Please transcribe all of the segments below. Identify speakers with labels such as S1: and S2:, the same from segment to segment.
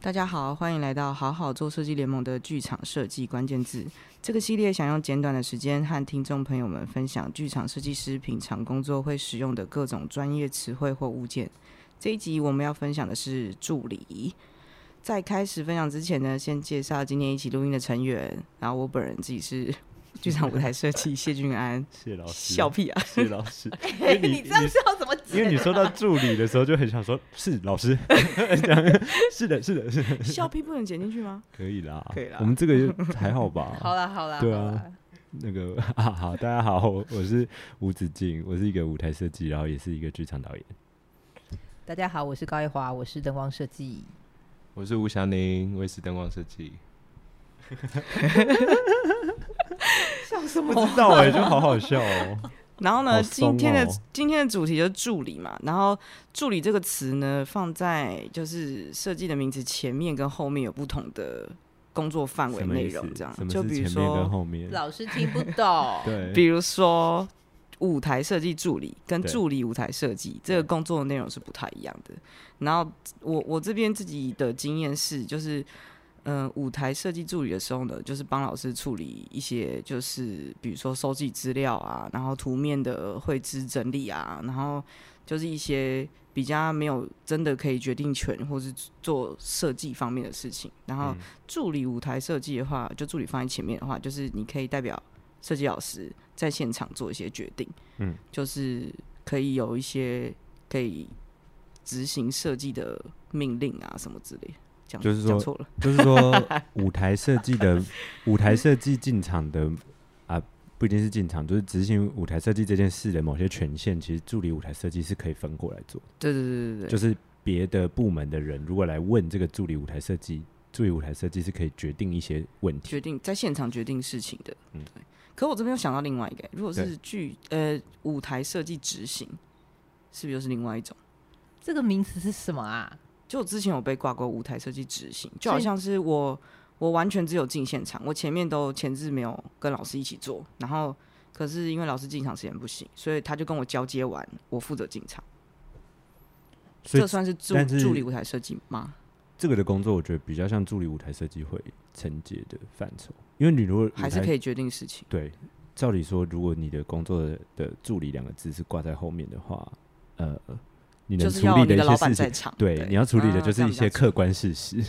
S1: 大家好，欢迎来到好好做设计联盟的剧场设计关键字。这个系列想用简短的时间和听众朋友们分享剧场设计师平常工作会使用的各种专业词汇或物件。这一集我们要分享的是助理。在开始分享之前呢，先介绍今天一起录音的成员。然后我本人自己 是剧场舞台设计谢俊安，
S2: 谢老师，
S1: 笑屁啊！
S2: 谢 老师，因为你
S3: 你这样知道怎么
S2: 你因为
S3: 解？
S2: 你说到助理的时候，就很想说，是 老师，这样是的，是的，是 的，
S1: 笑屁不能剪进去吗？
S2: 可以啦，
S1: 可以啦
S2: 我们这个还 好吧？
S3: 好啦好啦，
S2: 哦对啊
S3: 好啦，
S2: 那个 啊，好，大家好，我我是吴子敬，我是一个舞台设计，然后也是一个剧场导演。
S3: 大家好，我是高一华，我是灯光设计。
S4: 我是吴祥宁，我也是灯光设计。
S1: 笑什
S2: 不？知道哎、就好好笑哦。
S1: 然后呢，
S2: 好
S1: 今
S2: 松
S1: 天的
S2: 哦
S1: 今天的主题就是助理嘛。然后助理这个词呢，放在就是设计的名字前面跟后面有不同的工作范围
S2: 什么
S1: 内
S2: 意思
S1: 容，这样
S2: 什。么
S1: 就是比如
S2: 前面跟
S1: 说，
S2: 后面？，
S3: 老师听不懂
S2: 对，
S1: 比如说舞台设计助理跟
S2: 对
S1: 助理舞台设计这个工作的内容是不太一样的。然后我我这边自己的经验是，就是嗯、呃舞台设计助理的时候呢，就是帮老师处理一些，就是比如说收集资料啊，然后图面的绘制整理啊，然后就是一些比较没有真的可以决定权或是做设计方面的事情。然后助理舞台设计的话，就助理放在前面的话，就是你可以代表设计老师在现场做一些决定，
S2: 嗯，
S1: 就是可以有一些可以执行设计的命令啊什么之类。讲
S2: 就是说
S1: 讲错了，
S2: 就是说舞台设计的 舞台设计进场的啊，不一定是进场，就是执行舞台设计这件事的某些权限，其实助理舞台设计是可以分过来做。
S1: 对对对对对，
S2: 就是别的部门的人如果来问这个助理舞台设计，助理舞台设计是可以决定一些问题。
S1: 决定在现场决定事情的。
S2: 嗯
S1: 对。可我这边又想到另外一个、如果是
S2: 对
S1: 剧呃舞台设计执行，是不是又是另外一种？
S3: 这个名词是什么啊？
S1: 就我之前有被挂过舞台设计执行，就
S3: 所以
S1: 好像是我我完全只有进现场，我前面都前置没有跟老师一起做，然后可是因为老师进场时间不行，所以他就跟我交接完，我负责进场。
S2: 所以
S1: 这算是助
S2: 但是
S1: 助理舞台设计吗？
S2: 这个的工作，我觉得比较像助理舞台设计会承接的范畴，因为你如果舞
S1: 还是
S2: 台
S1: 可以决定事情？
S2: 对，照理说，如果你的工作的的助理两个字是挂在后面的话，呃，你能
S1: 就是
S2: 处
S1: 要
S2: 理
S1: 你
S2: 一
S1: 的
S2: 些
S1: 老
S2: 事
S1: 板
S2: 情
S1: 在，场，啊
S2: 对，你要处理的就是一些
S1: 客。
S2: 客观事实，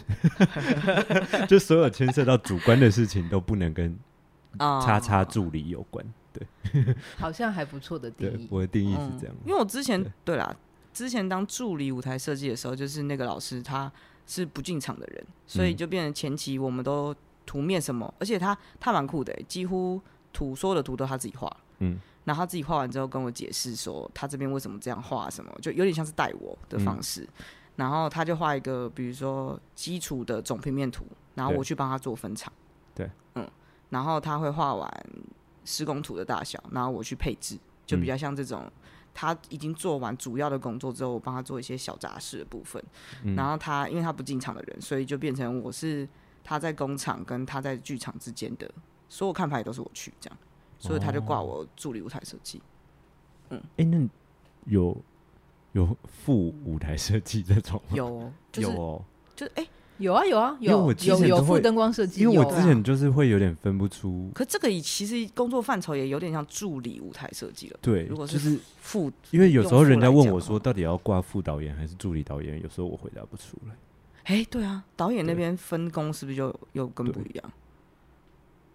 S2: 就所有牵涉到主观的事情都不能跟
S1: 啊
S2: 叉叉助理有关。对，
S3: 好像还不错的定
S2: 对
S3: 义，。
S2: 我的定义是这样。
S1: 嗯因为我之前
S2: 对
S1: 对啦，之前当助理舞台设计的时候，就是那个老师他是不进场的人，所以
S2: 嗯
S1: 就变成前期我们都图面什么，而且他他蛮酷的、欸，几乎图所有的图都他自己画，
S2: 嗯，
S1: 然后他自己画完之后跟我解释说他这边为什么这样画，什么就有点像是带我的
S2: 嗯
S1: 方式。然后他就画一个，比如说基础的总平面图，然后
S2: 对
S1: 我去帮他做分场。
S2: 对，
S1: 嗯，然后他会画完施工图的大小，然后我去配置，就
S2: 嗯
S1: 比较像这种。他已经做完主要的工作之后，我帮他做一些小杂事的部分。
S2: 嗯
S1: 然后他因为他不进场的人，所以就变成我是他在工厂跟他在剧场之间的，所有看牌都是我去这样，所以他就
S2: 哦
S1: 挂我助理舞台设计。
S2: 哎、那有有副舞台设计这种吗？
S1: 有哦，就是
S2: 有哦，
S1: 就是哎、
S3: 有啊有啊
S2: 因为
S3: 有
S2: 我之前
S3: 有有
S2: 都会
S3: 副灯光设计，
S2: 因为我
S3: 有
S2: 之前就是会有点分不出，
S1: 可这个也其实工作范畴也有点像助理舞台设计了。
S2: 对，
S1: 如果
S2: 就是是
S1: 副
S2: 因为有时候人家
S1: 用副来
S2: 问
S1: 讲
S2: 我
S1: 的
S2: 说
S1: 话
S2: 到底要挂副导演还是助理导演，有时候我回答不出来。
S1: 哎、对啊，导演那
S2: 对
S1: 边分工是不是就又跟
S2: 对
S1: 不一样？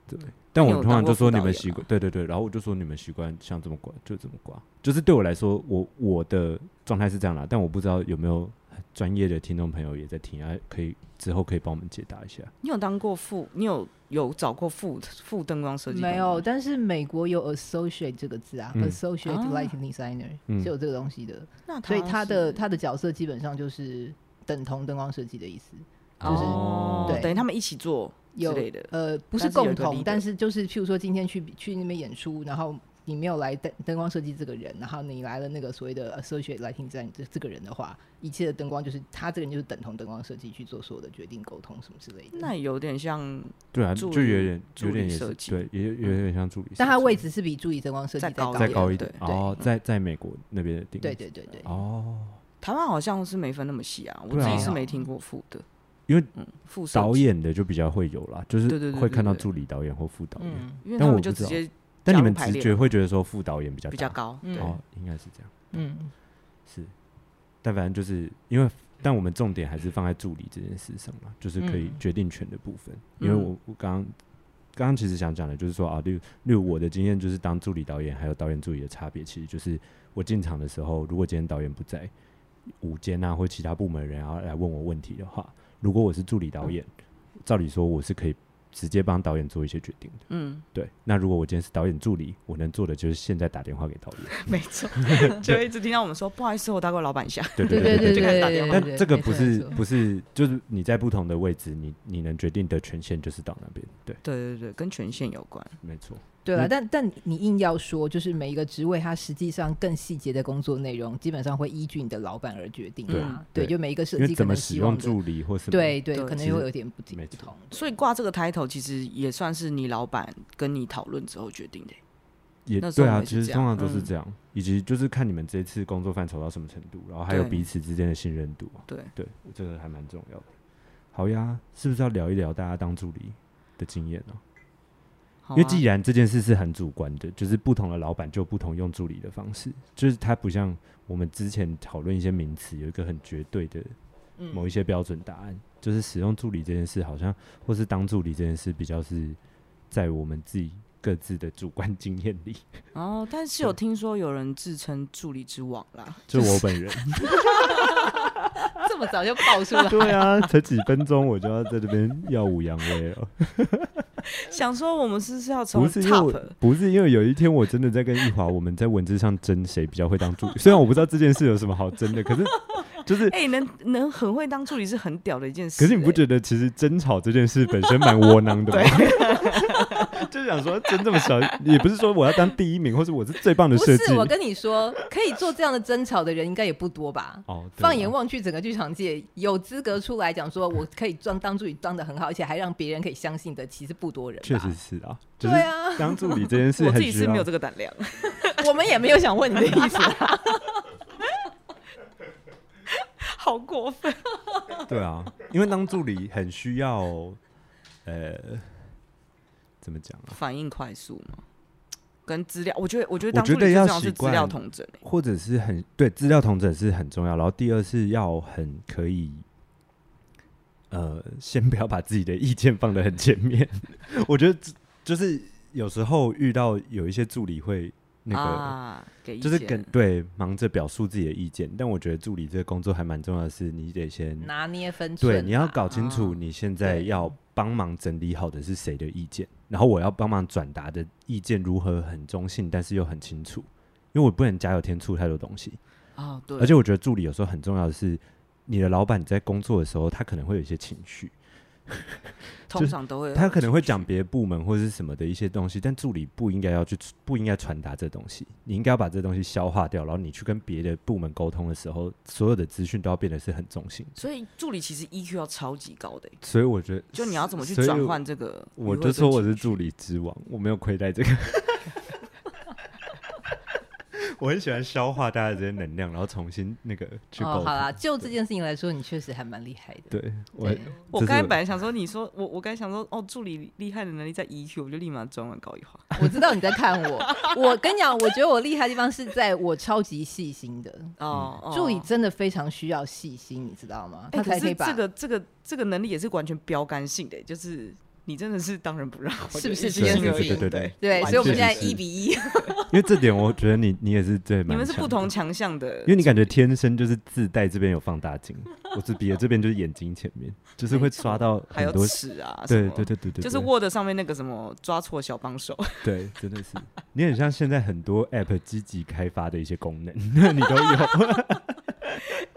S2: 对，但
S1: 你
S2: 我
S1: 有
S2: 通
S1: 当
S2: 常
S1: 过
S2: 就
S1: 副
S2: 说你
S1: 导啊
S2: 们
S1: 演
S2: 习
S1: 吗
S2: 惯，对对对，然后我就说你们习惯像这么挂就这么挂，就是对我来说，我我的状态是这样啦，但我不知道有没有专业的听众朋友也在听啊，可以之后可以帮我们解答一下。
S1: 你有当过副，你有有找过副副灯光设计？
S3: 没有，，但是美国有 associate 这个字啊
S2: 嗯
S3: ，associate
S1: 啊
S3: lighting designer
S2: 嗯
S3: 是有这个东西的，
S1: 那他
S3: 所以他的
S1: 是
S3: 他的角色基本上就是等同灯光设计的意思。就是
S1: 哦，
S3: 对
S1: 等于他们一起做之
S3: 有
S1: 类的。
S3: 呃，不是
S1: 但是有一
S3: 共
S1: 个
S3: 同，
S1: leader
S3: 但是就是譬如说今天去去那边演出，然后你没有来灯灯光设计这个人，然后你来了那个所谓的 associate lighting design 这这个人的话，一切的灯光就是他这个人就是等同灯光设计去做所有的决定、沟通什么之类的。
S1: 那有点像
S2: 对啊，
S1: 助
S2: 就
S1: 理
S2: 有点
S1: 助
S2: 有点
S1: 理
S2: 也
S1: 设
S2: 是
S1: 计嗯
S2: 对，也有有点像助理设计，
S3: 但他位置是比助理灯光设计
S1: 再高
S3: 高
S2: 再
S3: 一
S2: 高一
S1: 点
S2: 点
S1: 对嗯
S2: 哦，
S1: 对
S2: 在在美国那边的定义
S3: 对对对对，
S2: 哦，
S1: 台湾好像是没分那么细啊，我
S2: 对
S1: 自
S2: 啊
S1: 己是没听过副的。嗯
S2: 因为
S1: 副设计
S2: 导，演的就比较会有啦，就
S1: 对对
S2: 是
S1: 对对
S2: 会看到
S1: 对
S2: 助理导演或副导演。
S4: 嗯
S1: 因为他
S2: 但我
S1: 们就
S2: 不知
S1: 直
S2: 道
S1: 接
S2: 但
S1: 加
S2: 你
S1: 入
S2: 们
S1: 排
S2: 直
S1: 列
S2: 觉会觉得说副导演比较
S1: 比较
S2: 大
S1: 高，
S4: 嗯
S1: 对，
S2: 哦，应该是这样
S3: 嗯，
S2: 是。但反正就是因为，但我们重点还是放在助理这件事上嘛，就是可以
S4: 嗯
S2: 决定权的部分。因为
S1: 嗯
S2: 我我刚刚刚刚其实想讲的就是说啊，例如例如我的经验就是当助理导演还有导演助理的差别，其实就是我进场的时候，如果今天导演不在，午间啊或其他部门的人要来问我问题的话，如果我是助理导演，照理说我是可以直接帮导演做一些决定的。
S1: 嗯，
S2: 对，那如果我今天是导演助理，我能做的就是现在打电话给导演。
S1: 没 错，就一直听到我们说不好意思，我打给我老板一下，
S2: 对
S3: 对
S2: 对
S3: 对对
S1: 就开始打
S3: 对
S1: 电
S3: 嗯对，
S1: 话
S2: 但这个
S3: 没
S2: 不
S3: 错
S2: 是
S3: 没错
S2: 不是，就是你在不同的位置，你你能决定的权限就是到那边。对，
S1: 对对对，跟权限有关，
S2: 没错。
S3: 对了，
S2: 嗯
S3: 但但你硬要说，就是每一个职位，它实际上更细节的工作内容，基本上会依据你的老板而决定
S1: 对
S3: 嘛。
S2: 对
S3: 对，就每一个设
S2: 因
S3: 计
S2: 为
S3: 可
S2: 怎
S3: 能
S2: 么使
S3: 希望
S2: 用
S3: 的，
S2: 助理或什么，
S3: 对对，
S1: 对
S3: 可能
S2: 其
S3: 又
S2: 实
S3: 有点不不
S2: 没错
S3: 同。
S1: 所以挂这个 title 其实也算是你老板跟你讨论之后决定的，
S2: 也
S1: 那时候
S2: 对
S1: 我
S2: 啊，
S1: 们
S2: 其
S1: 是
S2: 实
S1: 这
S2: 通常
S1: 样
S2: 都是
S1: 嗯
S2: 这样，以及就是看你们这次工作范畴到什么程度，然后还有
S1: 对
S2: 彼此之间的信任度啊。
S1: 对
S2: 对，这个还蛮重要的。好呀，是不是要聊一聊大家当助理的经验呢？
S1: 好
S2: 因为
S1: 啊
S2: 既然这件事是很主观的，就是不同的老板就有不同用助理的方式，就是它不像我们之前讨论一些名词有一个很绝对的某一些标准答案，就是使用助理这件事好像，或是当助理这件事比较是在我们自己各自的主观经验 里，
S1: 哦，但是有听说有人自称助理之王啦，
S2: 就我本人。，
S3: 这么早就爆出 来
S2: 对啊，才几分钟我就要在这边耀武扬威了。
S1: 想说 我们是不是要从
S2: 不是因为
S1: top
S2: 我不是因为有一天我真的在跟一华，我们在文字上争谁比较会当助理。虽然我不知道这件事有什么好争的，可是就是
S1: 哎、能能很会当助理是很屌的一件事、
S2: 可是你不
S1: 得？
S2: 觉得其实争吵这件事本身蛮窝囊的吗？ 就是想说争这么小，也不是说我要当第一名，或者我是最棒的
S3: 不
S2: 设计
S3: 是。我跟你说，可以做这样的争吵的人应该也不多吧？
S2: 哦，对啊
S3: 放眼望去，整个剧场界有资格出来讲说，我可以装当助理装的很好，而且还让别人可以相信的，其实不多人吧。
S2: 确实是啊，就
S3: 对
S2: 是
S3: 啊，
S2: 当助理这件事
S1: 哎我自
S2: 很啊
S1: 己
S2: 需
S1: 是没有
S2: 要。
S1: 这个胆量。
S3: 我们也没有想问你的意 思。
S1: 好过分！
S2: 对啊，因为当助理很需要，呃，怎么讲啊？
S1: 反应快速嘛，跟资料，我觉得，我觉得
S2: 我
S1: 当
S2: 觉
S1: 助理
S2: 得
S1: 最
S2: 要
S1: 重要是
S2: 习
S1: 资料
S2: 惯
S1: 统整、欸。
S2: 或者是很对资料同整是很重要，然后第二是要很可以，呃， 先不要把自己的意见放得很前面。 我觉得这就是有时候遇到有一些助理会那个，
S1: 啊，给意
S2: 就是
S1: 见
S2: 跟对忙着表述自己的意见，但我觉得助理这个工作还蛮重要的是，你得先
S3: 拿捏分寸
S2: 对，
S3: 啊，
S2: 你要搞清楚
S1: 啊
S2: 你现在
S3: 对
S2: 要帮忙整理好的是谁的意见，然后我要帮忙转达的意见如何很中性，但是又很清楚，因为我不能加油添醋太多东西。
S1: 哦，对，
S2: 而且我觉得助理有时候很重要的是，你的老板在工作的时候，他可能会有一些情绪，
S1: 通常都会有
S2: 他可能会讲
S1: 情绪，
S2: 别的部门或是什么的一些东西，但助理不应该要去不应该传达这东西，你应该要把这东西消化掉，然后你去跟别的部门沟通的时候，所有的资讯都要变得是很中性。
S1: 所以助理其实 EQ 要超级高的欸、
S2: 所以我觉得，
S1: 就你要怎么去
S2: 所以
S1: 转换这个语
S2: 我
S1: 汇
S2: 就
S1: 跟
S2: 说我
S1: 情
S2: 是
S1: 绪
S2: 助理之王，我没有亏待这个。 我很喜欢消化大家这些能量，然后重新那个去沟
S3: 哦，
S2: 通。
S3: 好啦，就这件事情来说，你确实还蛮厉害的。
S2: 对我
S3: 对，
S1: 我
S2: 这
S1: 刚才
S2: 是
S1: 本来想说，你说我，我刚才想说，哦，助理厉害的能力在 E EQ，我就立马转往高一华。
S3: 我知道你在看我。我跟你讲，我觉得我厉害的地方是在我超级细心的。
S1: 哦，哦
S2: 嗯
S3: 助理真的非常需要细心，你知道吗？
S1: 哎、
S3: 他
S1: 可
S3: 才
S1: 是
S3: 以把
S1: 这个这个这个能力也是完全标杆性的欸、就是你真的是当仁不让，我
S3: 是不
S1: 就是一
S3: 这
S1: 心
S3: 件
S1: 而
S3: 事
S1: 已
S3: 情
S2: 对对对
S3: 对，
S1: 完
S3: 所以我们
S2: 全
S3: 现在
S2: 是
S3: 一比一。
S2: 因为这点，我觉得你你也是对，
S1: 你们
S2: 蛮
S1: 是
S2: 强
S1: 不
S2: 的
S1: 同强项的，
S2: 因为你感觉天生就是自带这边有放大镜，我这鼻的这边就是眼睛前面，就是会刷到
S1: 还
S2: 很
S1: 有
S2: 多。
S1: 尺啊，什
S2: 对
S1: 么
S2: 对对对对，
S1: 就是 Word 上面那个什么抓错小帮 手，
S2: 对，真的是你很像现在很多 App 积极开发的一些功能， 你都有。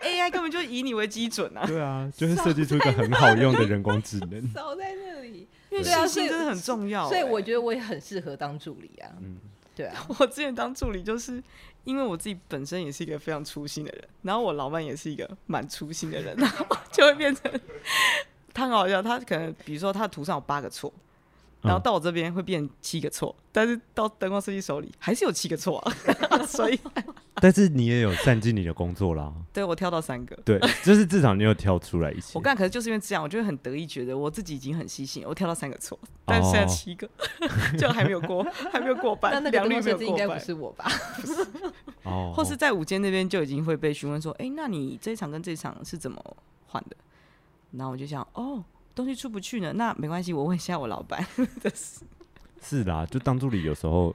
S1: AI 根本就以你为基准啊，
S2: 对啊，就是设计出一个很好用的人工智 能。
S3: 少在那里，
S1: 因为
S3: 对啊
S1: 信心
S3: 所以
S1: 真的很重要欸、
S3: 所以我觉得我也很适合当助理啊。
S2: 嗯
S3: 对啊，
S1: 我之前当助理，就是因为我自己本身也是一个非常粗心的人，然后我老板也是一个蛮粗心的人，然后就会变成他很好笑，他可能比如说他的图上有八个错，然后
S2: 嗯
S1: 到我这 边会变七个错，但是到灯光设计手里还是有七个错啊，所以
S2: 但是你也有善尽你的工作啦。
S1: 对我挑到三个。
S2: 对，就是至少你有挑出来一些。
S1: 我刚可是就是因为这样，我就会很得意，觉得我自己已经很细心，我挑到三个错，
S2: 哦
S1: 但剩下七个、 就还没有过，还没有过
S3: 那
S1: 半，
S3: 那个
S1: 良
S3: 灯
S1: 率没
S3: 光设
S1: 有
S3: 计应
S1: 过
S3: 该
S1: 半
S3: 不。是我吧？
S2: 哦，
S1: 或是在午间那边就已经会被询问说，哎、那你这一场跟这一场是怎么换的？然后我就想，哦，东西出不去呢，那没关系，我问一下我老板。
S2: 是啦，就当助理有时候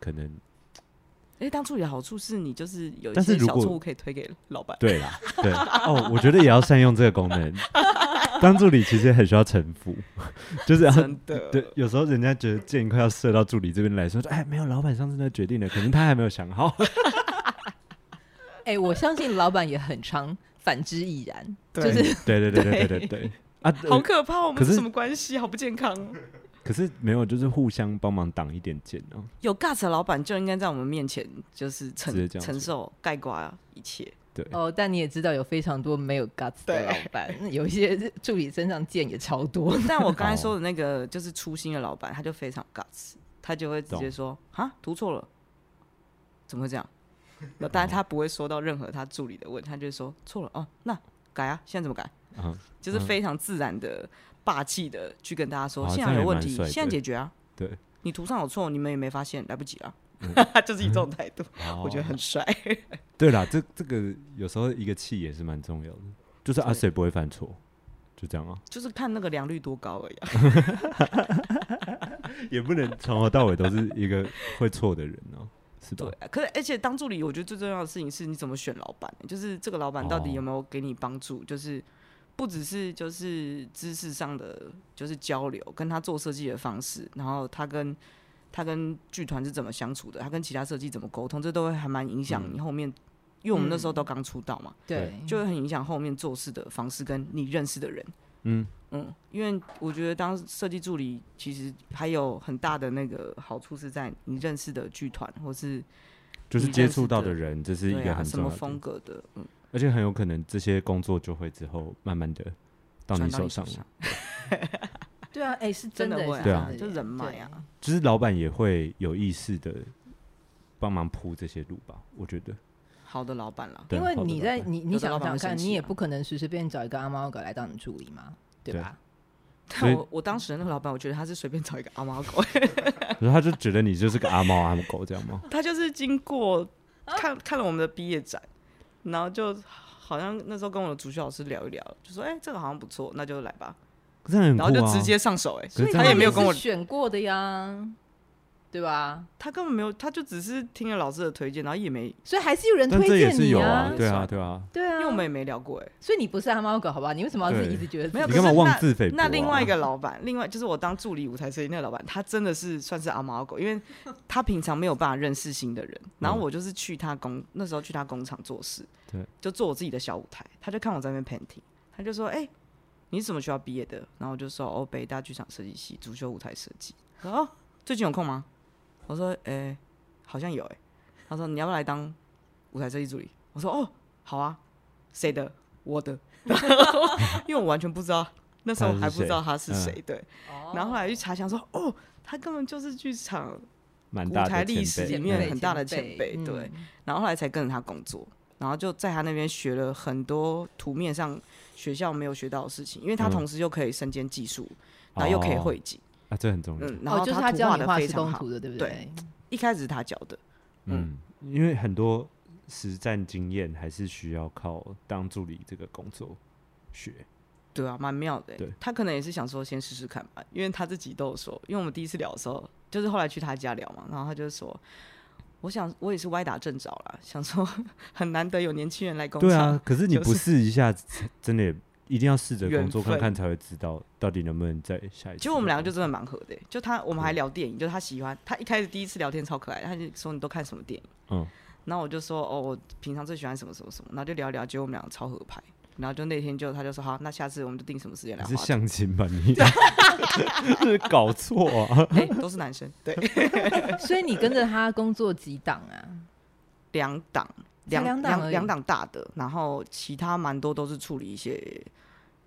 S2: 可能
S1: 哎、当初有好处是你就是有一
S2: 但是
S1: 些
S2: 如
S1: 小
S2: 果
S1: 错误可以推给老板。
S2: 对啦，对哦，我觉得也要善用这个功能。当助理其实很需要城府， 就是要
S1: 真的，
S2: 对，有时候人家觉得箭快要射到助理这边来说，说哎，没有，老板上次那决定了，可能他还没有想好。
S3: 哎、我相信老板也很常反之亦然，
S1: 对
S3: 就是
S2: 对对对对对对对啊！
S1: 好
S2: 呃
S1: 可怕，我
S2: 可
S1: 们
S2: 是
S1: 是什么关系？好不健康哦。
S2: 可是没有，就是互相帮忙挡一点箭啊。
S1: 有 guts 的老板就应该在我们面前就是
S2: 直接
S1: 承
S2: 这样
S1: 承
S2: 子
S1: 受盖瓜一切。
S2: 对，
S3: 哦，但你也知道有非常多没有 guts 的
S1: 对
S3: 老板，那有一些助理身上剑也超多。
S1: 但我刚才说的那个就是粗心的老板，他就非常 guts，他就会直接说啊，读错了，怎么会这样？那但是他不会说到任何他助理的问，他就会说错了哦，那改啊，现在怎么改？
S2: 嗯，
S1: 就是
S2: 嗯
S1: 非常自然的、霸气的去跟大家说，
S2: 啊
S1: 现
S2: 这
S1: 在
S2: 样
S1: 有
S2: 也
S1: 问
S2: 蛮
S1: 题
S2: 帅，的
S1: 现在解决啊。
S2: 对，嗯
S1: 你图上有错，你们也没发现，来不及了。 就是以这种态度，我觉得很
S2: 哦
S1: 帅。
S2: 对啦。这这个有时候一个气也是蛮重要的，就是啊，
S1: 对
S2: 谁不会犯错，就这样啊，
S1: 就是看那个良率多高而已啊、
S2: 也不能从头到尾都是一个会错的人哦，是吧
S1: 对？，可是而且当助理，我觉得最重要的事情是你怎么选老板，欸就是这个老板到底有没有给你帮助，就是不只是就是知识上的就是交流，跟他做设计的方式，然后他跟他跟剧团是怎么相处的，他跟其他设计怎么沟通，这都会还蛮影响你后面，因为我们那时候都刚出道嘛，
S3: 对，
S1: 就会很影响后面做事的方式跟你认识的人。
S2: 嗯，
S1: 嗯，因为我觉得当设计助理，其实还有很大的那个好处是在你认识的剧团或是
S2: 就是
S1: 你
S2: 接
S1: 认识
S2: 触到
S1: 的
S2: 的人，这是一
S1: 对
S2: 个
S1: 啊
S2: 很
S1: 什
S2: 重
S1: 么
S2: 要的
S1: 风格的，嗯，
S2: 而且很有可能这些工作就会之后慢慢的到
S1: 传
S2: 你
S1: 到你
S2: 手
S1: 手
S2: 上，
S1: 上，
S3: 对啊，哎、是
S1: 真
S3: 的
S1: 的会
S3: 耶，
S1: 啊
S2: 对啊
S3: 真的
S1: 就
S3: 耶
S1: 人脉啊。
S2: 就是老板也会有意识的帮忙铺这些路吧，我觉得。
S1: 好的老板啦，
S2: 对
S3: 因为
S2: 好的
S3: 你
S2: 老
S3: 在
S2: 板
S3: 你你
S1: 有的老
S3: 想
S1: 板
S3: 想
S1: 会
S3: 看，
S1: 生气
S3: 你也
S1: 啊
S3: 不可能随随便找一个阿猫阿狗来当你助理嘛，对
S2: 对
S3: 吧？
S2: 所
S1: 但
S2: 以
S1: 我我当时的那个老板，我觉得他是随便找一个阿猫阿狗，
S2: 然后他就觉得你就是个阿猫阿狗这样吗？
S1: 他就是经过看看了我们的毕业展，然后就好像那时候跟我的主修老师聊一聊，就说哎、这个好像不错，那就来吧，
S2: 可是很酷
S1: 然后
S2: 啊，
S1: 就直接上手哎、
S2: 可是这
S1: 他
S2: 样
S1: 也
S2: 子
S1: 没有跟我
S3: 是选过的呀，对吧？
S1: 他根本没有，他就只是听了老师的推荐，然后也没，
S3: 所以还是有人
S2: 但
S3: 推
S2: 这也
S3: 荐
S2: 是
S3: 你
S2: 有啊，
S1: 推荐你啊
S2: 对啊，对啊。
S3: 对啊，
S1: 因为我们也没聊
S2: 嗯
S1: 过哎、
S3: 所以你不是阿猫阿狗，好吧？你为什么要自己
S2: 对
S3: 一直觉得
S1: 没有
S2: 你
S1: 可是
S3: 自
S2: 干
S3: 己
S2: 嘛
S1: 那
S2: 妄自菲薄啊
S1: 那另外一个老板，另外就是我当助理舞台设计那个老板，他真的是算是阿猫阿狗，因为他平常没有办法认识新的人。然后我就是去他工，那时候去他工厂做事，
S2: 对，
S1: 就做我自己的小舞台。他就看我在那边 painting，他就说：“哎、你是什么学校毕业的？”然后我就说：“哦，北大剧场设计系，主修舞台设计。”他说：“哦，最近有空吗？”我说：“哎、好像有哎、他说：“你要不要来当舞台设计助理？”我说：“哦，好啊，谁的？我的。” 因为我完全不知道，那时候
S2: 他
S1: 还
S2: 是
S1: 不知
S2: 谁
S1: 道他是
S2: 嗯
S1: 谁，对。
S3: 哦
S1: 然后后来去查想说，哦，他根本就是剧场嗯
S2: 蛮
S1: 舞
S2: 大
S1: 台
S2: 的
S1: 历
S2: 前
S1: 史
S2: 辈
S1: 里面
S3: 辈
S1: 很大的前辈
S3: 嗯
S1: 对然后后来才跟着他工作，然后就在他那边学了很多图面上学校没有学到的事情，因为他
S2: 嗯
S1: 同时又可以身兼技术，然后又可以
S2: 哦
S1: 会景，
S2: 啊，这很重要。
S1: 嗯，然
S3: 哦，
S1: 后
S3: 就是
S1: 他图
S3: 教
S1: 画
S3: 你
S1: 的
S3: 画
S1: 非
S3: 施
S1: 常
S3: 工
S1: 好
S3: 图，的，对不
S1: 对
S3: 对？
S1: 一开始是他教的，
S2: 嗯，因为很多实战经验还是需要靠当助理这个工作学。
S1: 对啊，蛮妙的欸、
S2: 对
S1: 他可能也是想说先试试看吧，因为他自己都有说，因为我们第一次聊的时候，就是后来去他家聊嘛，然后他就说，我想我也是歪打正着啦， 想说很难得有年轻人来工厂，
S2: 对啊，可是你
S1: 就
S2: 不
S1: 是
S2: 试一下，真的也一定要试着工
S1: 缘
S2: 作看
S1: 分
S2: 看，才会知道到底能不能在下一次。
S1: 其实我们两个就真的蛮合的欸、就他我们还聊电影，就他喜欢他一开始第一次聊天超可爱的，他就说你都看什么电影？
S2: 嗯，
S1: 然后我就说哦，我平常最喜欢什么什么什么，然后就聊一聊，结果我们两个超合拍，然后就那天就他就说好，那下次我们就定什么时间来画
S2: 你是
S1: 图，
S2: 相亲吧你？ 是搞错啊！
S1: 哎、都是男生， 对，
S3: 所以你跟着他工作几档啊？
S1: 两档，
S3: 才两
S1: 两
S3: 档而
S1: 两
S3: 已
S1: 两档大的，然后其他蛮多都是处理一些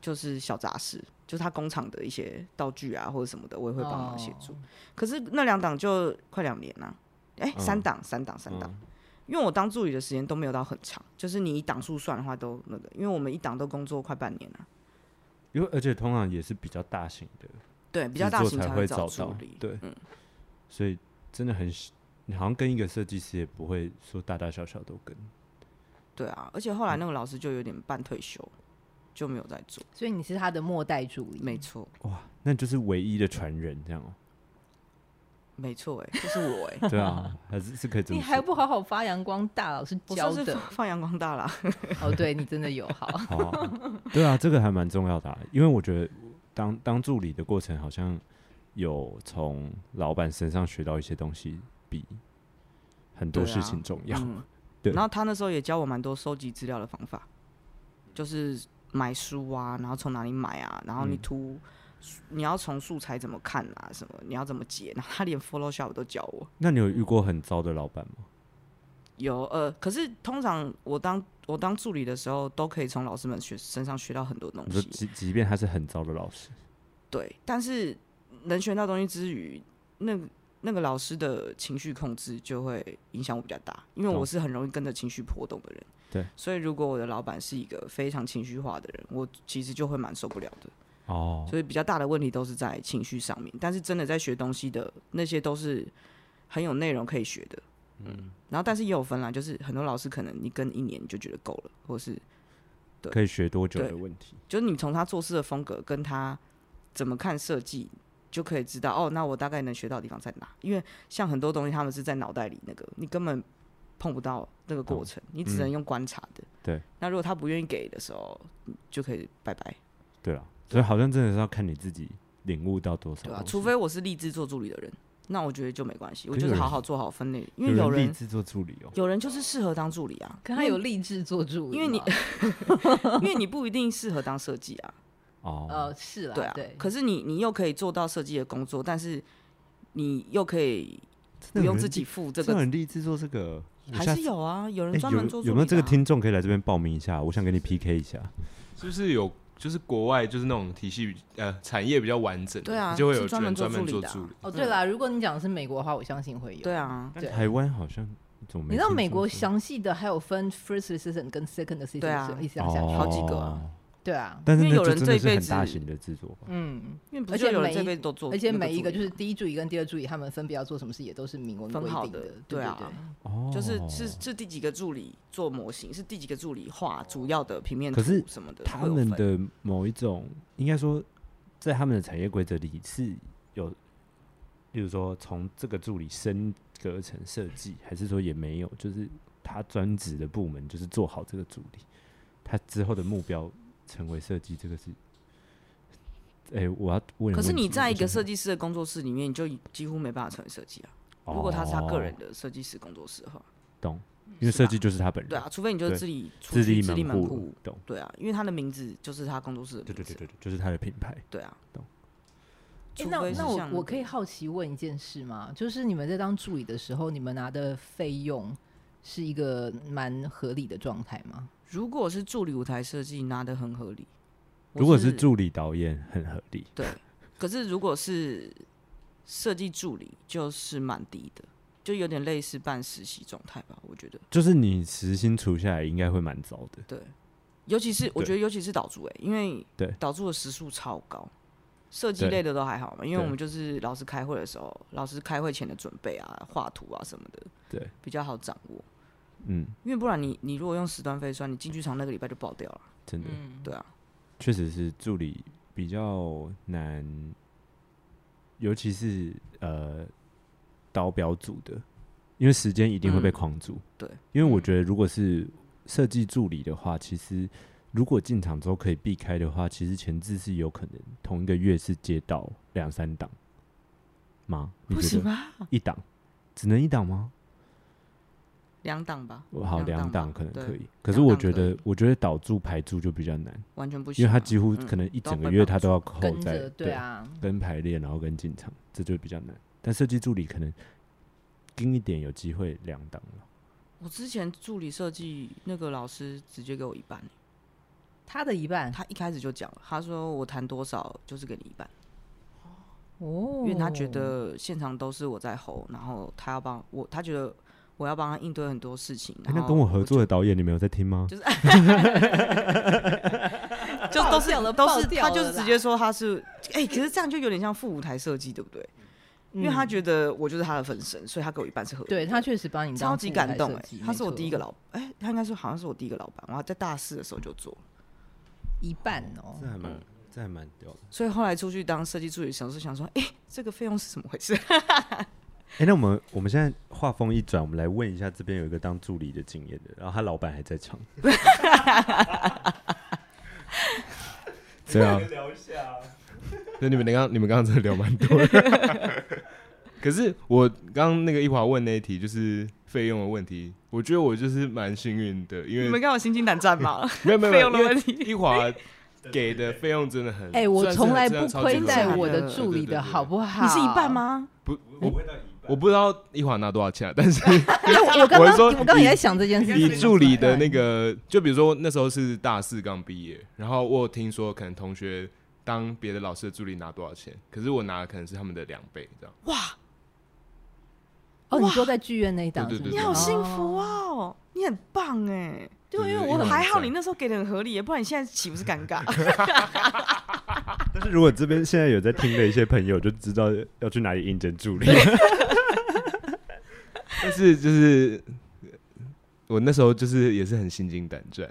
S1: 就是小杂事，就是他工厂的一些道具啊或者什么的，我也会帮忙协助。
S3: 哦
S1: 可是那两档就快两年啦、哎、
S2: 嗯
S1: 三档，三档，三档，因为我当助理的时间都没有到很长，就是你以档数算的话都那个，因为我们一档都工作快半年了、
S2: 因为而且通常也是比较大型的，
S1: 对，比较大
S2: 制
S1: 型
S2: 作才
S1: 会
S2: 找
S1: 助
S2: 到
S1: 理，，
S2: 对，
S1: 嗯
S2: 所以真的很喜，你好像跟一个设计师也不会说大大小小都跟，
S1: 对啊，而且后
S2: 嗯
S1: 来那个老师就有点半退休，就没有再做，
S3: 所以你是他的末代助理，
S1: 没错，
S2: 哇，那你就是唯一的传人这样哦、
S1: 没错，哎，就是我 哎、
S2: 对啊，还是是可以这么
S3: 你
S2: 说
S3: 还不好好发扬光大，老师
S1: 我
S3: 教
S1: 算是
S3: 的
S1: 放放阳光大啦，
S3: 哦，对你真的有好，
S2: 好啊、对啊，这个还蛮重要的啊、因为我觉得当当助理的过程好像有从老板身上学到一些东西，比很多
S1: 对啊
S2: 事情重要。
S1: 嗯，
S2: 对
S1: 然后他那时候也教我蛮多收集资料的方法，就是买书啊，然后从哪里买啊，然后你
S2: 嗯
S1: 图、你要从素材怎么看啊，什么你要怎么解，然后他连 Photoshop 都教我。
S2: 那你有遇过很糟的老板吗？
S1: 有呃，可是通常我当我当助理的时候，都可以从老师们学身上学到很多东
S2: 你说
S1: 西。
S2: 即即便他是很糟的老师，
S1: 对，但是能学到东西之余，那那个老师的情绪控制就会影响我比较大，因为
S2: 懂
S1: 我是很容易跟着情绪波动的人。
S2: 哦对，
S1: 所以如果我的老板是一个非常情绪化的人，我其实就会蛮受不了的。
S2: 哦，
S1: 所以比较大的问题都是在情绪上面，但是真的在学东西的那些都是很有内容可以学的。嗯，然后但是也有分啦，就是很多老师可能你跟一年你就觉得够了，或是对
S2: 可以学多久
S1: 对
S2: 的问题？
S1: 就是你从他做事的风格跟他怎么看设计，就可以知道哦，那我大概能学到的地方在哪。因为像很多东西他们是在脑袋里那个，你根本碰不到那个过程，你只能用观察的。
S2: 嗯对。
S1: 那如果他不愿意给的时候，嗯就可以拜拜，
S2: 对啊，所以好像真的是要看你自己领悟到多少
S1: 对
S2: 东西。
S1: 吧、啊除非我是立志做助理的人，那我觉得就没关系，我
S2: 啊可
S1: 就
S2: 是有
S1: 是
S2: 人
S1: 好好做好分类，因为
S2: 有
S1: 有
S2: 人
S1: 人
S2: 立志做助理哦，
S1: 有人就是适合当助理啊，
S3: 可他有励志做助理
S1: 因为你
S3: 嘛，
S1: 因为你不一定适合当设计啊。
S2: 哦，
S3: 呃是啦，
S1: 对啊，
S3: 对，
S1: 可是你你又可以做到设计的工作，但是你又可以不用自己付这
S2: 这个
S1: 个，
S2: 人立志做这个，我
S1: 还
S2: 下
S1: 是
S2: 次
S1: 有啊，有人
S2: 哎
S1: 专门做、啊
S2: 有有没有这个？听众可以来这边报名一下？我想跟你 PK 一下。
S4: 是不是有就是国外就是那种体系呃产业比较完整的，
S1: 对啊
S4: 就会有
S1: 是专
S4: 人
S1: 门做
S4: 专门
S1: 助理
S4: 做
S1: 的啊
S4: 助理。
S3: 哦对啦，如果你讲的是美国的话，我相信会有，
S1: 对，啊，
S2: 但
S3: 对
S2: 台湾好像怎么没
S3: 你知道
S2: 听
S3: 美
S2: 说
S3: 国
S2: 过
S3: 详细的还有分 first assistant 跟 second assistant，
S1: 对啊
S3: 是一直这样下去，
S1: 好几个啊
S2: 哦
S3: 对啊，
S2: 但是
S1: 因为有
S2: 那就
S1: 人
S2: 真的
S1: 这
S2: 是
S1: 辈
S2: 很大
S1: 子
S2: 型的制作吧，
S3: 嗯，
S1: 因为不
S3: 而
S1: 是
S3: 且
S1: 就有人
S3: 每
S1: 这
S3: 一
S1: 辈子都做那
S3: 而
S1: 助理
S3: 且
S1: 吗，
S3: 每一个就是第一助理跟第二助理，他们分别要做什么事，也都是明文规
S1: 分好
S3: 定
S1: 的
S3: 的，
S1: 对
S3: 对
S1: 啊
S3: 对
S2: 哦，
S1: 就是是是第几个助理做模型，是第几个助理画主要的平面
S2: 可
S1: 图
S2: 是
S1: 什么的，
S2: 他
S1: 会有
S2: 们
S1: 分
S2: 的某一种，应该说在他们的产业规则里是有，例如说从这个助理升格成设计，还是说也没有，就是他专职的部门就是做好这个助理，他之后的目标成为设计，这个是。哎、我要问个问题。
S1: 可是你在一
S2: 我
S1: 个
S2: 想
S1: 设计师的工作室里面，你就几乎没办法成为设计啊。如果他是他个人
S2: 哦
S1: 的设计师工作室的话，
S2: 懂，哦因为
S1: 是
S2: 设
S1: 吧
S2: 计就是他本人，
S1: 对啊，除非你就是
S2: 对
S1: 自己出
S2: 自
S1: 去
S2: 立
S1: 自立门户
S2: 户，，懂？
S1: 对啊，因为他的名字就是他工作室的
S2: 对
S1: 名
S2: 对
S1: 字
S2: 对
S1: 啊，
S2: 对对，就是他的品牌。
S1: 对啊
S2: 懂，
S3: 诶
S1: 除
S3: 那
S1: 非是
S3: 那我
S1: 像
S3: 我可以好奇问一件事吗？就是你们在当助理的时候，你们拿的费用是一个蛮合理的状态吗？
S1: 如果是助理舞台设计，拿的很合理。我
S2: 如果是，助理导演，很合理。
S1: 可是如果是设计助理，就是蛮低的，就有点类似半实习状态吧，我觉得。
S2: 就是你时薪除下来，应该会蛮糟的。
S1: 对，尤其是我觉得，尤其是导助哎、因为
S2: 对
S1: 导助的时数超高，设计
S2: 对
S1: 类的都还好嘛，因为
S2: 对
S1: 我们就是老师开会的时候，老师开会前的准备啊、画图啊什么的，
S2: 对，
S1: 比较好掌握。
S2: 嗯，
S1: 因为不然你你如果用时段飞算，你进剧场那个礼拜就爆掉了。
S2: 真的，
S3: 嗯，
S1: 对啊，
S2: 确实是助理比较难，尤其是呃导表组的，因为时间一定会被
S1: 嗯
S2: 框住。
S1: 对，
S2: 因为我
S3: 嗯
S2: 觉得如果是设计助理的话，其实如果进场之后可以避开的话，其实前置是有可能同一个月是接到两三档吗？你
S1: 不
S2: 觉
S1: 行啊
S2: 得
S1: 吧？
S2: 一档只能一档吗？
S1: 两档吧，
S2: 我好，两档
S1: 档吧
S2: 可能
S1: 对
S2: 可以，可是
S1: 两
S2: 我
S1: 档
S2: 觉
S1: 可以
S2: 得，我觉得导助排助就比较难，
S1: 完全不行啊、
S2: 因为他几乎
S1: 嗯
S2: 可能一
S1: 都
S2: 整个
S1: 被
S2: 月
S1: 绑
S2: 他都要扣
S3: 跟
S2: 在
S3: 着对，啊，
S2: 跟排练然后跟进场，这就比较难。但设计助理可能盯一点有机会两档了，
S1: 我之前助理设计那个老师直接给我一半，
S3: 他的一半
S1: 他一开始就讲了，他说我谈多少就是给你一半，
S3: 哦
S2: 哦
S1: 因为他觉得现场都是我在吼，然后他要帮我，他觉得我要帮他应对很多事情。
S2: 哎
S1: 然
S2: 那
S1: 后
S2: 跟我合作
S1: 就
S2: 的导演，你们有在听吗？
S1: 就都是
S3: 爆掉了
S1: 都是
S3: 爆掉
S1: 他
S3: 了
S1: 就是直接说他是哎、可是这样就有点像副舞台设计，对不对？因为他觉得我就是他的分身，所以他给我一半是合理的
S3: 嗯对他确实把你当
S1: 超级
S3: 副台
S1: 感动
S3: 设
S1: 哎、
S3: 计
S1: 他是我第一个，
S3: 没
S1: 老
S3: 错
S1: 哎、他应该说好像是我第一个老板，我还在大四的时候就做了，
S3: 一半哦
S2: 这，还
S1: 嗯
S2: 蛮，这还蛮屌的。
S1: 所以后来出去当设计助理的时候是想说，哎、这个费用是怎么回事？
S2: 嗯哎、那我们我们现在话锋一转，我们来问一下这边有一个当助理的经验的，然后他老板还在场。 对 啊，
S4: 对，你们刚刚你们刚刚真的聊蛮多的。 可是我刚刚那个一华问那一题就是费用的问题，我觉得我就是蛮幸运的，因
S1: 你
S4: 为
S1: 们看我心惊胆战 吗？
S4: 没有没有
S1: 费用
S4: 没
S1: 的
S4: 有因为
S1: 问题
S4: 一华给的费用真的很，
S3: 哎，我
S4: 算是
S3: 从来
S4: 真
S3: 不
S4: 的超级
S3: 亏
S4: 合理
S3: 待我
S1: 对
S3: 的
S1: 对
S3: 助理的好不好？
S1: 你是一半？吗？
S4: 不，我不我不知道一华拿多少钱啊，但是
S3: 哎，我我刚
S4: 我
S3: 刚
S4: 是说
S3: 我刚刚也在想这件事
S4: 以
S3: 情。
S4: 助理的那个，就比如说那时候是大四刚毕业，然后我有听说可能同学当别的老师的助理拿多少钱，可是我拿的可能是他们的两倍这样。
S3: 哦，你说在剧院那一档
S4: 对
S3: 是
S4: 对
S3: 不
S4: 对
S3: 是，
S1: 你好幸福哦，你很棒哎、
S4: 对，因为
S1: 我还好，你那时候给的很合理耶，不然你现在岂不是尴 尬？
S2: 但是如果这边现在有在听的一些朋友，就知道要去哪里应征助理。
S4: 但是就是我那时候就是也是很心惊胆战，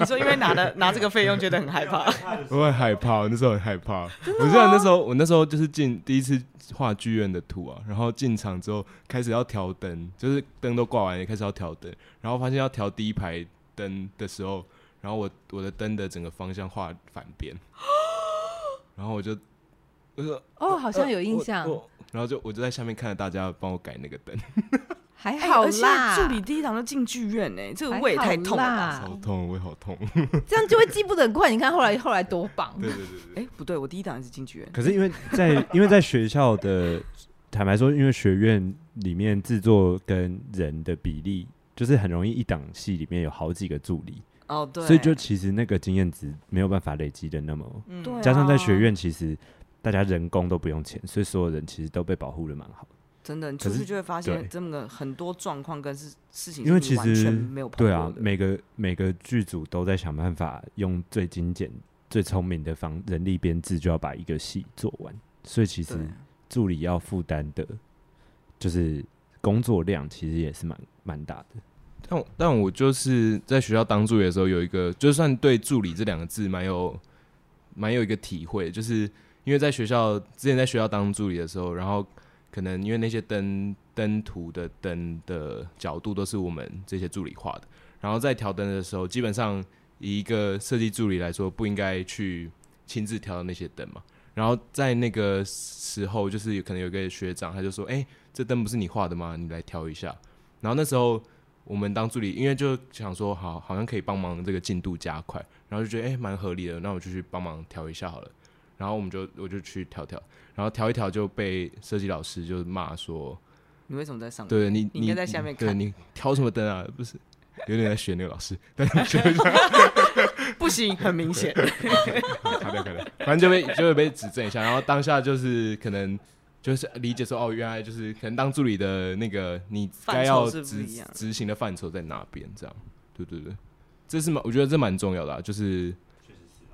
S1: 你说因为拿的拿这个费用觉得很害怕，
S4: 我很害怕，我那时候很害怕。我记得那时候我那时候就是进第一次画剧院的图啊，然后进场之后开始要调灯，就是灯都挂完也开始要调灯，然后发现要调第一排灯的时候，然后我我的灯的整个方向画反 边，然后我就。我说
S3: 哦，好像有印
S4: 我
S3: 象，
S4: 我然后就我就在下面看着大家帮我改那个灯，
S3: 还
S1: 哎
S3: 好
S1: 而且
S3: 啦。
S1: 助理第一档就进剧院哎、这个胃也太痛了
S3: 还
S1: 吧。
S3: 好啦
S4: 好痛，我也好痛。
S3: 这样就会记不得很快。你看后来后来多棒，
S4: 对对对对，
S1: 哎、不对，我第一档也是进剧院，
S2: 可是因为在 因为在学校的，坦白说，因为学院里面制作跟人的比例，就是很容易一档戏里面有好几个助理，
S1: 哦对，
S2: 所以就其实那个经验值没有办法累积的那么。
S1: 嗯对啊、
S2: 加上在学院，其实大家人工都不用钱，所以所有人其实都被保护的蛮好。
S1: 真的，你出
S2: 可
S1: 去
S2: 是
S1: 就会发现
S2: 对
S1: 这么个很多状况跟事事情，
S2: 因为其
S1: 完
S2: 实
S1: 全没有碰
S2: 对
S1: 过
S2: 啊，
S1: 的
S2: 每个每个剧组都在想办法用最精简、最聪明的方人力编制，就要把一个戏做完。所以其实
S1: 对
S2: 助理要负担的，就是工作量其实也是蛮蛮大的。
S4: 但我但我就是在学校当助理的时候，有一个就算对助理这两个字蛮有蛮有一个体会，就是因为在学校之前在学校当助理的时候，然后可能因为那些灯灯图的灯的角度都是我们这些助理画的，然后在调灯的时候，基本上以一个设计助理来说，不应该去亲自调那些灯嘛。然后在那个时候，就是有可能有一个学长，他就说：“哎、这灯不是你画的吗？你来调一下。”然后那时候我们当助理，因为就想说好，好像可以帮忙这个进度加快，然后就觉得哎蛮、合理的，那我就去帮忙调一下好了。然后我们就我就去调调，然后调一调就被设计老师就骂说，
S1: 你为什么在上面？
S4: 对你
S1: 你应该在下面
S4: 对
S1: 看
S4: 你调什么灯啊？不是有点在学那个老师，
S1: 不行，很明显，
S4: 卡掉卡掉，反正就被就会被指正一下，然后当下就是可能就是理解说哦，原来就是可能当助理的那个你该要
S1: 范畴是不
S4: 执
S1: 一样的
S4: 执行的范畴在哪边，这样，对对对，这是蛮我觉得这蛮重要的、啊，就是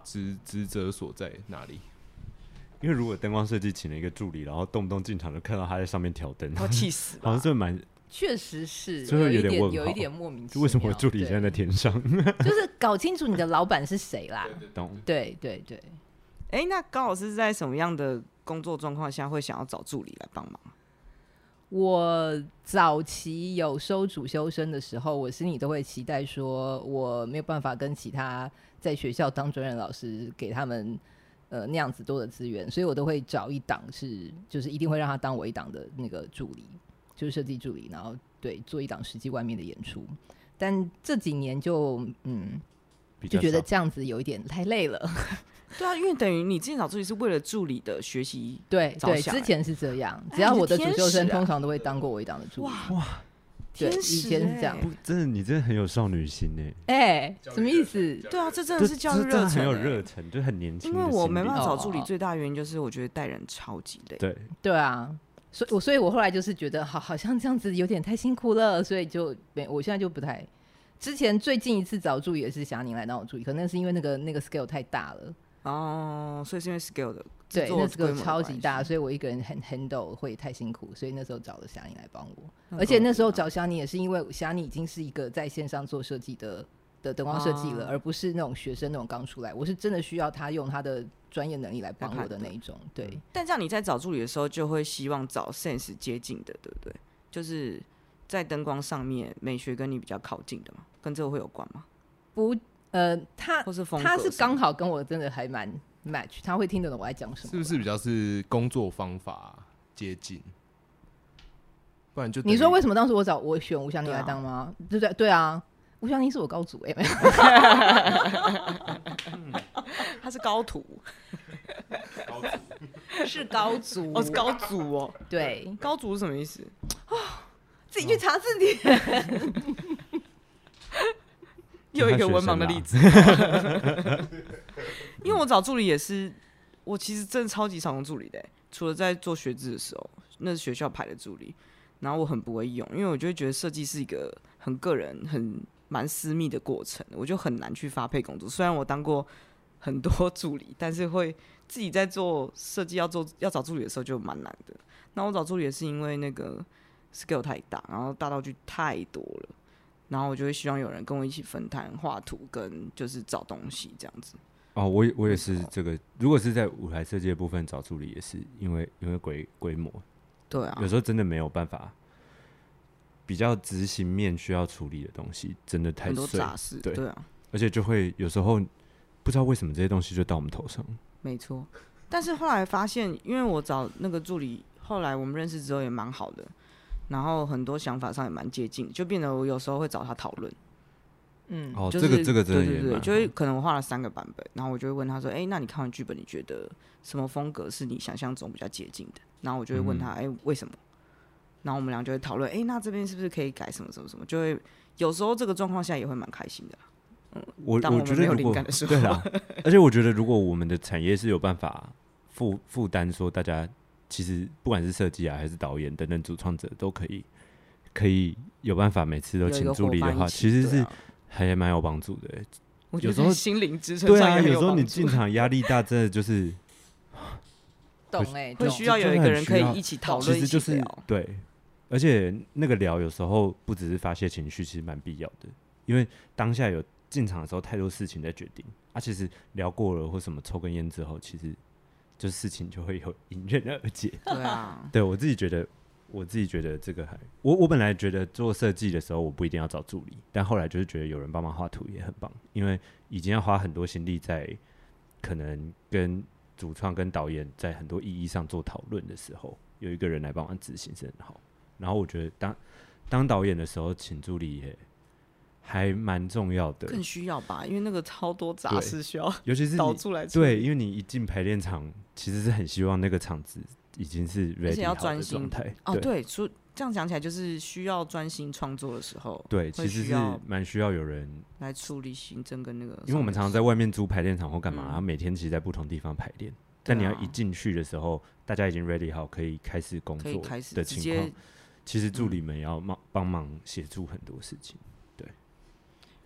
S4: 职职责所在哪里。
S2: 因为如果灯光设计请了一个助理，然后动不动进场就看到他在上面挑 灯，
S1: 我气死
S2: 好像
S1: 了。
S2: 这蛮
S3: 确实是
S2: 最后
S3: 有
S2: 有
S3: 一
S2: 点
S3: 点
S2: 问
S3: 有一
S2: 号
S3: 点莫名其妙。
S2: 为什么我助理现在在天上？
S3: 对就是搞清楚你的老板是谁啦？
S2: 懂？
S3: 对对对，
S1: 哎、那高老师是在什么样的工作状况下会想要找助理来帮忙？
S3: 我早期有收主修生的时候，我心里都会期待说，我没有办法跟其他在学校当专任老师给他们呃那样子多的资源，所以我都会找一档是就是一定会让他当我一档的那个助理，就是设计助理，然后对做一档实际外面的演出。但这几年就嗯，
S2: 比
S3: 就
S2: 较
S3: 觉得
S2: 少
S3: 这样子有一点太累 了。
S1: 对啊，因为等于你之前找助理是为了助理的学习，
S3: 对
S1: 着
S3: 对，
S1: 想
S3: 之
S1: 欸
S3: 前是这样，
S1: 哎
S3: 只要
S1: 你是
S3: 我的主
S1: 天
S3: 修生
S1: 使啊
S3: 通常都会当过我一档的助理。对
S1: 天使、欸、
S3: 以前是这样
S2: 不真的，你真的很有少女心呢、
S3: 哎，什么意思？
S1: 对啊，这真
S2: 这
S1: 的是教育
S2: 这真
S1: 热
S2: 的
S1: 忱、
S2: 很有
S1: 欸，
S2: 热忱，就很年轻
S1: 因
S2: 的心
S1: 为
S2: 理。
S1: 我没办法找助理，
S3: 哦
S1: 最大原因就是我觉得带人超级累。
S2: 对，
S3: 对啊，所以我所以我后来就是觉得好，好像这样子有点太辛苦了，所以就没，我现在就不太。之前最近一次找助理也是霞宁来当我助理，可能是因为那个那个 scale 太大了，
S1: 哦，所以是因为 scale 的制
S3: 对，
S1: 作
S3: 那
S1: 规模
S3: scale
S1: 的
S3: 超级
S1: 关
S3: 大，
S1: 系
S3: 所以我一个人 hand handle 会太辛苦，所以那时候找了霞宁来帮我。
S1: 那
S3: 而
S1: 怎
S3: 且
S1: 么
S3: 那
S1: 办
S3: 时候
S1: 啊
S3: 找霞宁也是因为霞宁已经是一个在线上做设计的的灯光设计了，
S1: 哦
S3: 而不是那种学生那种刚出来，我是真的需要他用他的专业能力来帮我
S1: 判
S3: 的
S1: 断嗯
S3: 那一种，对。
S1: 但这样你在找助理的时候，就会希望找 sense 接近的，对不对？就是在灯光上面，美学跟你比较靠近的嘛，跟这个会有关吗？
S3: 不，呃，他
S1: 或是风格
S3: 他是
S1: 上
S3: 刚好跟我真的还蛮 match，他会听得懂我在讲什么。
S4: 是不是比较是工作方法接近？不然就
S3: 你说为
S4: 为
S3: 什么当时我找我选吴祥林来当吗？对啊对对啊，吴祥林是我高组哎、没有
S1: 他是高徒，
S3: 是高组
S1: 哦，是高组哦，
S3: 对，
S1: 高组是什么意思？
S3: 啊自己去查字典。
S1: 又一个文盲的例子，
S2: 子，
S1: 因为我找助理也是，我其实真的超级常用助理的欸、除了在做学制的时候，那是学校排的助理，然后我很不会用，因为我就会觉得设计是一个很个人、很蛮私密的过程，我就很难去发配工作。虽然我当过很多助理，但是会自己在做设计要做要找助理的时候就蛮难的。那我找助理也是因为那个 scale 太大，然后大道具太多了。然后我就会希望有人跟我一起分摊画图跟就是找东西这样子。
S2: 哦，我也我也是
S1: 嗯
S2: 这个。如果是在舞台设计的部分找助理，也是因为因为规规模，
S1: 对啊，
S2: 有时候真的没有办法。比较执行面需要处理的东西真的太
S1: 很多
S2: 碎，
S1: 杂事，
S2: 对
S1: 啊，
S2: 而且就会有时候不知道为什么这些东西就到我们头上。
S1: 没错。但是后来发现，因为我找那个助理，后来我们认识之后也蛮好的，然后很多想法上也蛮接近，就变得我有时候会找他讨论。
S3: 嗯，
S2: 哦，
S1: 就
S2: 这个
S1: 是
S2: 这个真的
S1: 对对
S2: 也
S1: 对，
S2: 蛮
S1: 就
S2: 好
S1: 是可能我画了三个版本，然后我就会问他说：“哎、那你看完剧本，你觉得什么风格是你想象中比较接近的？”然后我就会问
S2: 嗯
S1: 他：“哎、为什么？”然后我们俩就会讨论：“哎、那这边是不是可以改什么什么什么？”就会有时候这个状况下也会蛮开心的啦。
S2: 我
S1: 当我们
S2: 我觉
S1: 没
S2: 得
S1: 有
S2: 如
S1: 灵
S2: 果
S1: 感的时
S2: 对
S1: 候
S2: 啦，而且我觉得如果我们的产业是有办法负负担，说大家其实不管是设计啊，还是导演等等主创者都可以可以有办法每次都
S1: 有一
S2: 请
S1: 个
S2: 助
S1: 伙
S2: 理的
S1: 伴一
S2: 话，
S1: 起
S2: 其实
S1: 对
S2: 是
S1: 啊
S2: 还蛮有帮助的欸、
S1: 我觉
S2: 有
S1: 得
S2: 时候
S1: 在心灵支撑
S2: 对
S1: 上
S2: 啊，
S1: 也很
S2: 有时候
S1: 帮
S2: 你
S1: 助
S2: 进场压力大，真的就是
S3: 懂
S1: 会
S3: 哎、懂。
S1: 需要
S2: 啊真
S1: 有
S2: 的
S1: 一个
S2: 很
S1: 人
S2: 需
S1: 可
S2: 要
S1: 以一起讨
S2: 其
S1: 论，一
S2: 实就
S1: 起
S2: 是
S1: 聊。
S2: 对，而且那个聊有时候不只是发泄情绪，其实蛮必要的，因为当下有进场的时候太多事情在决定，啊，其实聊过了或什么抽根烟之后，其实就事情就会有迎刃而解。
S1: 对啊，
S2: 对我自己觉得，我自己觉得这个还，我我本来觉得做设计的时候我不一定要找助理，但后来就是觉得有人帮忙画图也很棒，因为已经要花很多心力在可能跟主创跟导演在很多意义上做讨论的时候，有一个人来帮忙执行是很好。然后我觉得当当导演的时候，请助理也还蛮重要的，
S1: 更需要吧，因为那个超多杂
S2: 对
S1: 事需要
S2: 尤其是
S1: 导
S2: 你
S1: 出来处
S2: 对，
S1: 理。
S2: 因为你一进排练场，其实是很希望那个场子已经是 ready
S1: 而且要
S2: 好
S1: 专
S2: 的
S1: 心
S2: 状态
S1: 哦，对，说这样讲起来就是需要专心创作的时候
S2: 对，
S1: 会
S2: 其实
S1: 需
S2: 是
S1: 要
S2: 蛮需要有人，
S1: 来处理行政跟那个上面的事，
S2: 因为我们常常在外面租排练场或干嘛，
S1: 嗯
S2: 然后每天其实在不同地方排练。
S1: 对啊
S2: 但你要一进去的时候，大家已经 ready 好，可以开始工
S1: 可以
S2: 作
S1: 开始
S2: 的
S1: 直
S2: 情况
S1: 接，，嗯
S2: 其实助理们也要帮帮忙协助很多事情。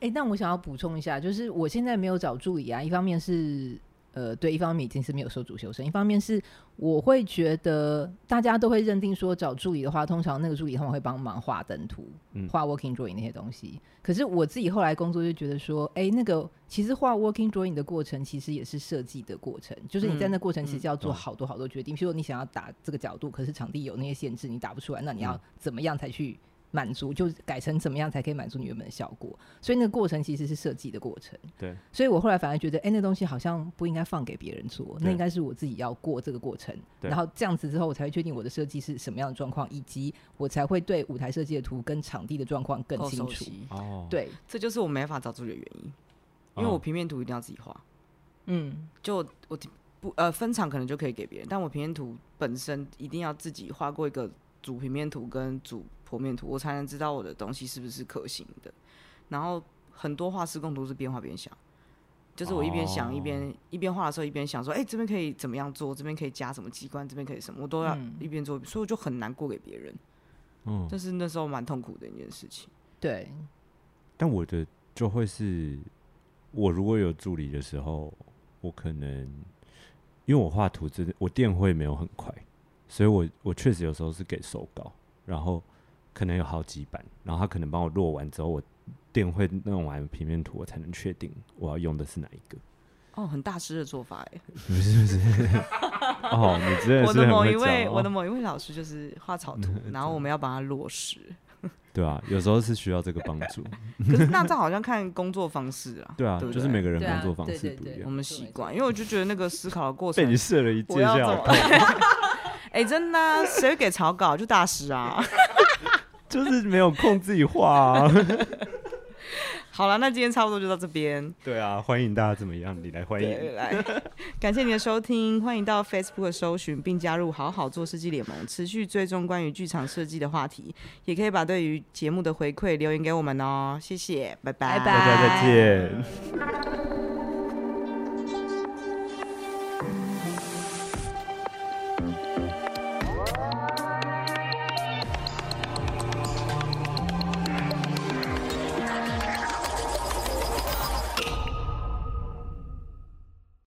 S3: 哎、但我想要补充一下，就是我现在没有找助理啊，一方面是呃，对，一方面已经是没有收主修生，一方面是我会觉得大家都会认定说找助理的话，通常那个助理他们会帮忙画灯图、
S2: 嗯
S3: 画 working drawing 那些东西。可是我自己后来工作就觉得说，哎、那个其实画 working drawing 的过程其实也是设计的过程，就是你在
S1: 嗯
S3: 那过程其实要做
S2: 懂
S3: 好多好多决定，譬如说你想要打这个角度，可是场地有那些限制，你打不出来，那你要怎么样才去？满足就改成怎么样才可以满足你原本的效果，所以那个过程其实是设计的过程。
S2: 对，
S3: 所以我后来反而觉得，哎、那东西好像不应该放给别人做，那
S2: 对
S3: 应该是我自己要过这个过程。
S2: 对
S3: 然后这样子之后，我才会确定我的设计是什么样的状况，以及我才会对舞台设计的图跟场地的状况更
S1: 够
S3: 清
S1: 熟
S3: 楚。
S1: 悉。
S2: 哦，
S3: 对，
S1: 这就是我没法找助理的原因，因为我
S2: 哦
S1: 平面图一定要自己画，
S3: 嗯，
S1: 就我不呃分场可能就可以给别人，但我平面图本身一定要自己画过一个主平面图跟主剖面图，我才能知道我的东西是不是可行的。然后很多画施工图是边画边想，就是我一边想
S2: 哦
S1: 一边、一边画的时候，一边想说，哎、这边可以怎么样做，这边可以加什么机关，这边可以什么，我都要
S3: 嗯
S1: 一边做，所以我就很难过给别人，
S2: 嗯，
S1: 这是那时候蛮痛苦的一件事情。
S3: 对，
S2: 但我的就会是，我如果有助理的时候，我可能因为我画图真的我电绘没有很快，所以我我确实有时候是给手稿，然后可能有好几版，然后他可能帮我落完之后，我电绘弄完平面图，我才能确定我要用的是哪一 个。
S1: 哦，很大师的做法哎、
S2: 不是不是，哦，你真的
S1: 我
S2: 是
S1: 的
S2: 很
S1: 某
S2: 会
S1: 一
S2: 找
S1: 位，我的
S2: 哦
S1: 某一位老师就是画草 图，然后我们要把它落实。
S2: 对啊，有时候是需要这个帮助，
S1: 可是那这好像看工作方式啊，
S2: 对啊，
S1: 对不
S2: 就是
S1: 对
S2: 每个人
S3: 对啊
S2: 工作方
S3: 对
S2: 式
S3: 对
S2: 不一
S3: 对
S1: 我
S2: 样。
S1: 们习惯，因为我就觉得那个思考的过程
S2: 被，你射了一
S1: 我
S2: 箭，
S1: 要
S2: 下
S1: 怎么
S2: 好？
S1: 哎、真的啊、谁会给草稿就大师啊。
S2: 就是没有空自己画、啊。
S1: 好了，那今天差不多就到这边。
S2: 对啊，欢迎大家怎么样？你来欢
S1: 对，
S2: 迎。
S1: 来，感谢您的收听，欢迎到 Facebook 搜寻并加入“好好做设计联盟”，持续追踪关于剧场设计的话题，也可以把对于节目的回馈留言给我们哦。谢谢，拜拜，
S3: 拜
S2: 大
S3: 拜
S2: 家再见。
S1: 拜。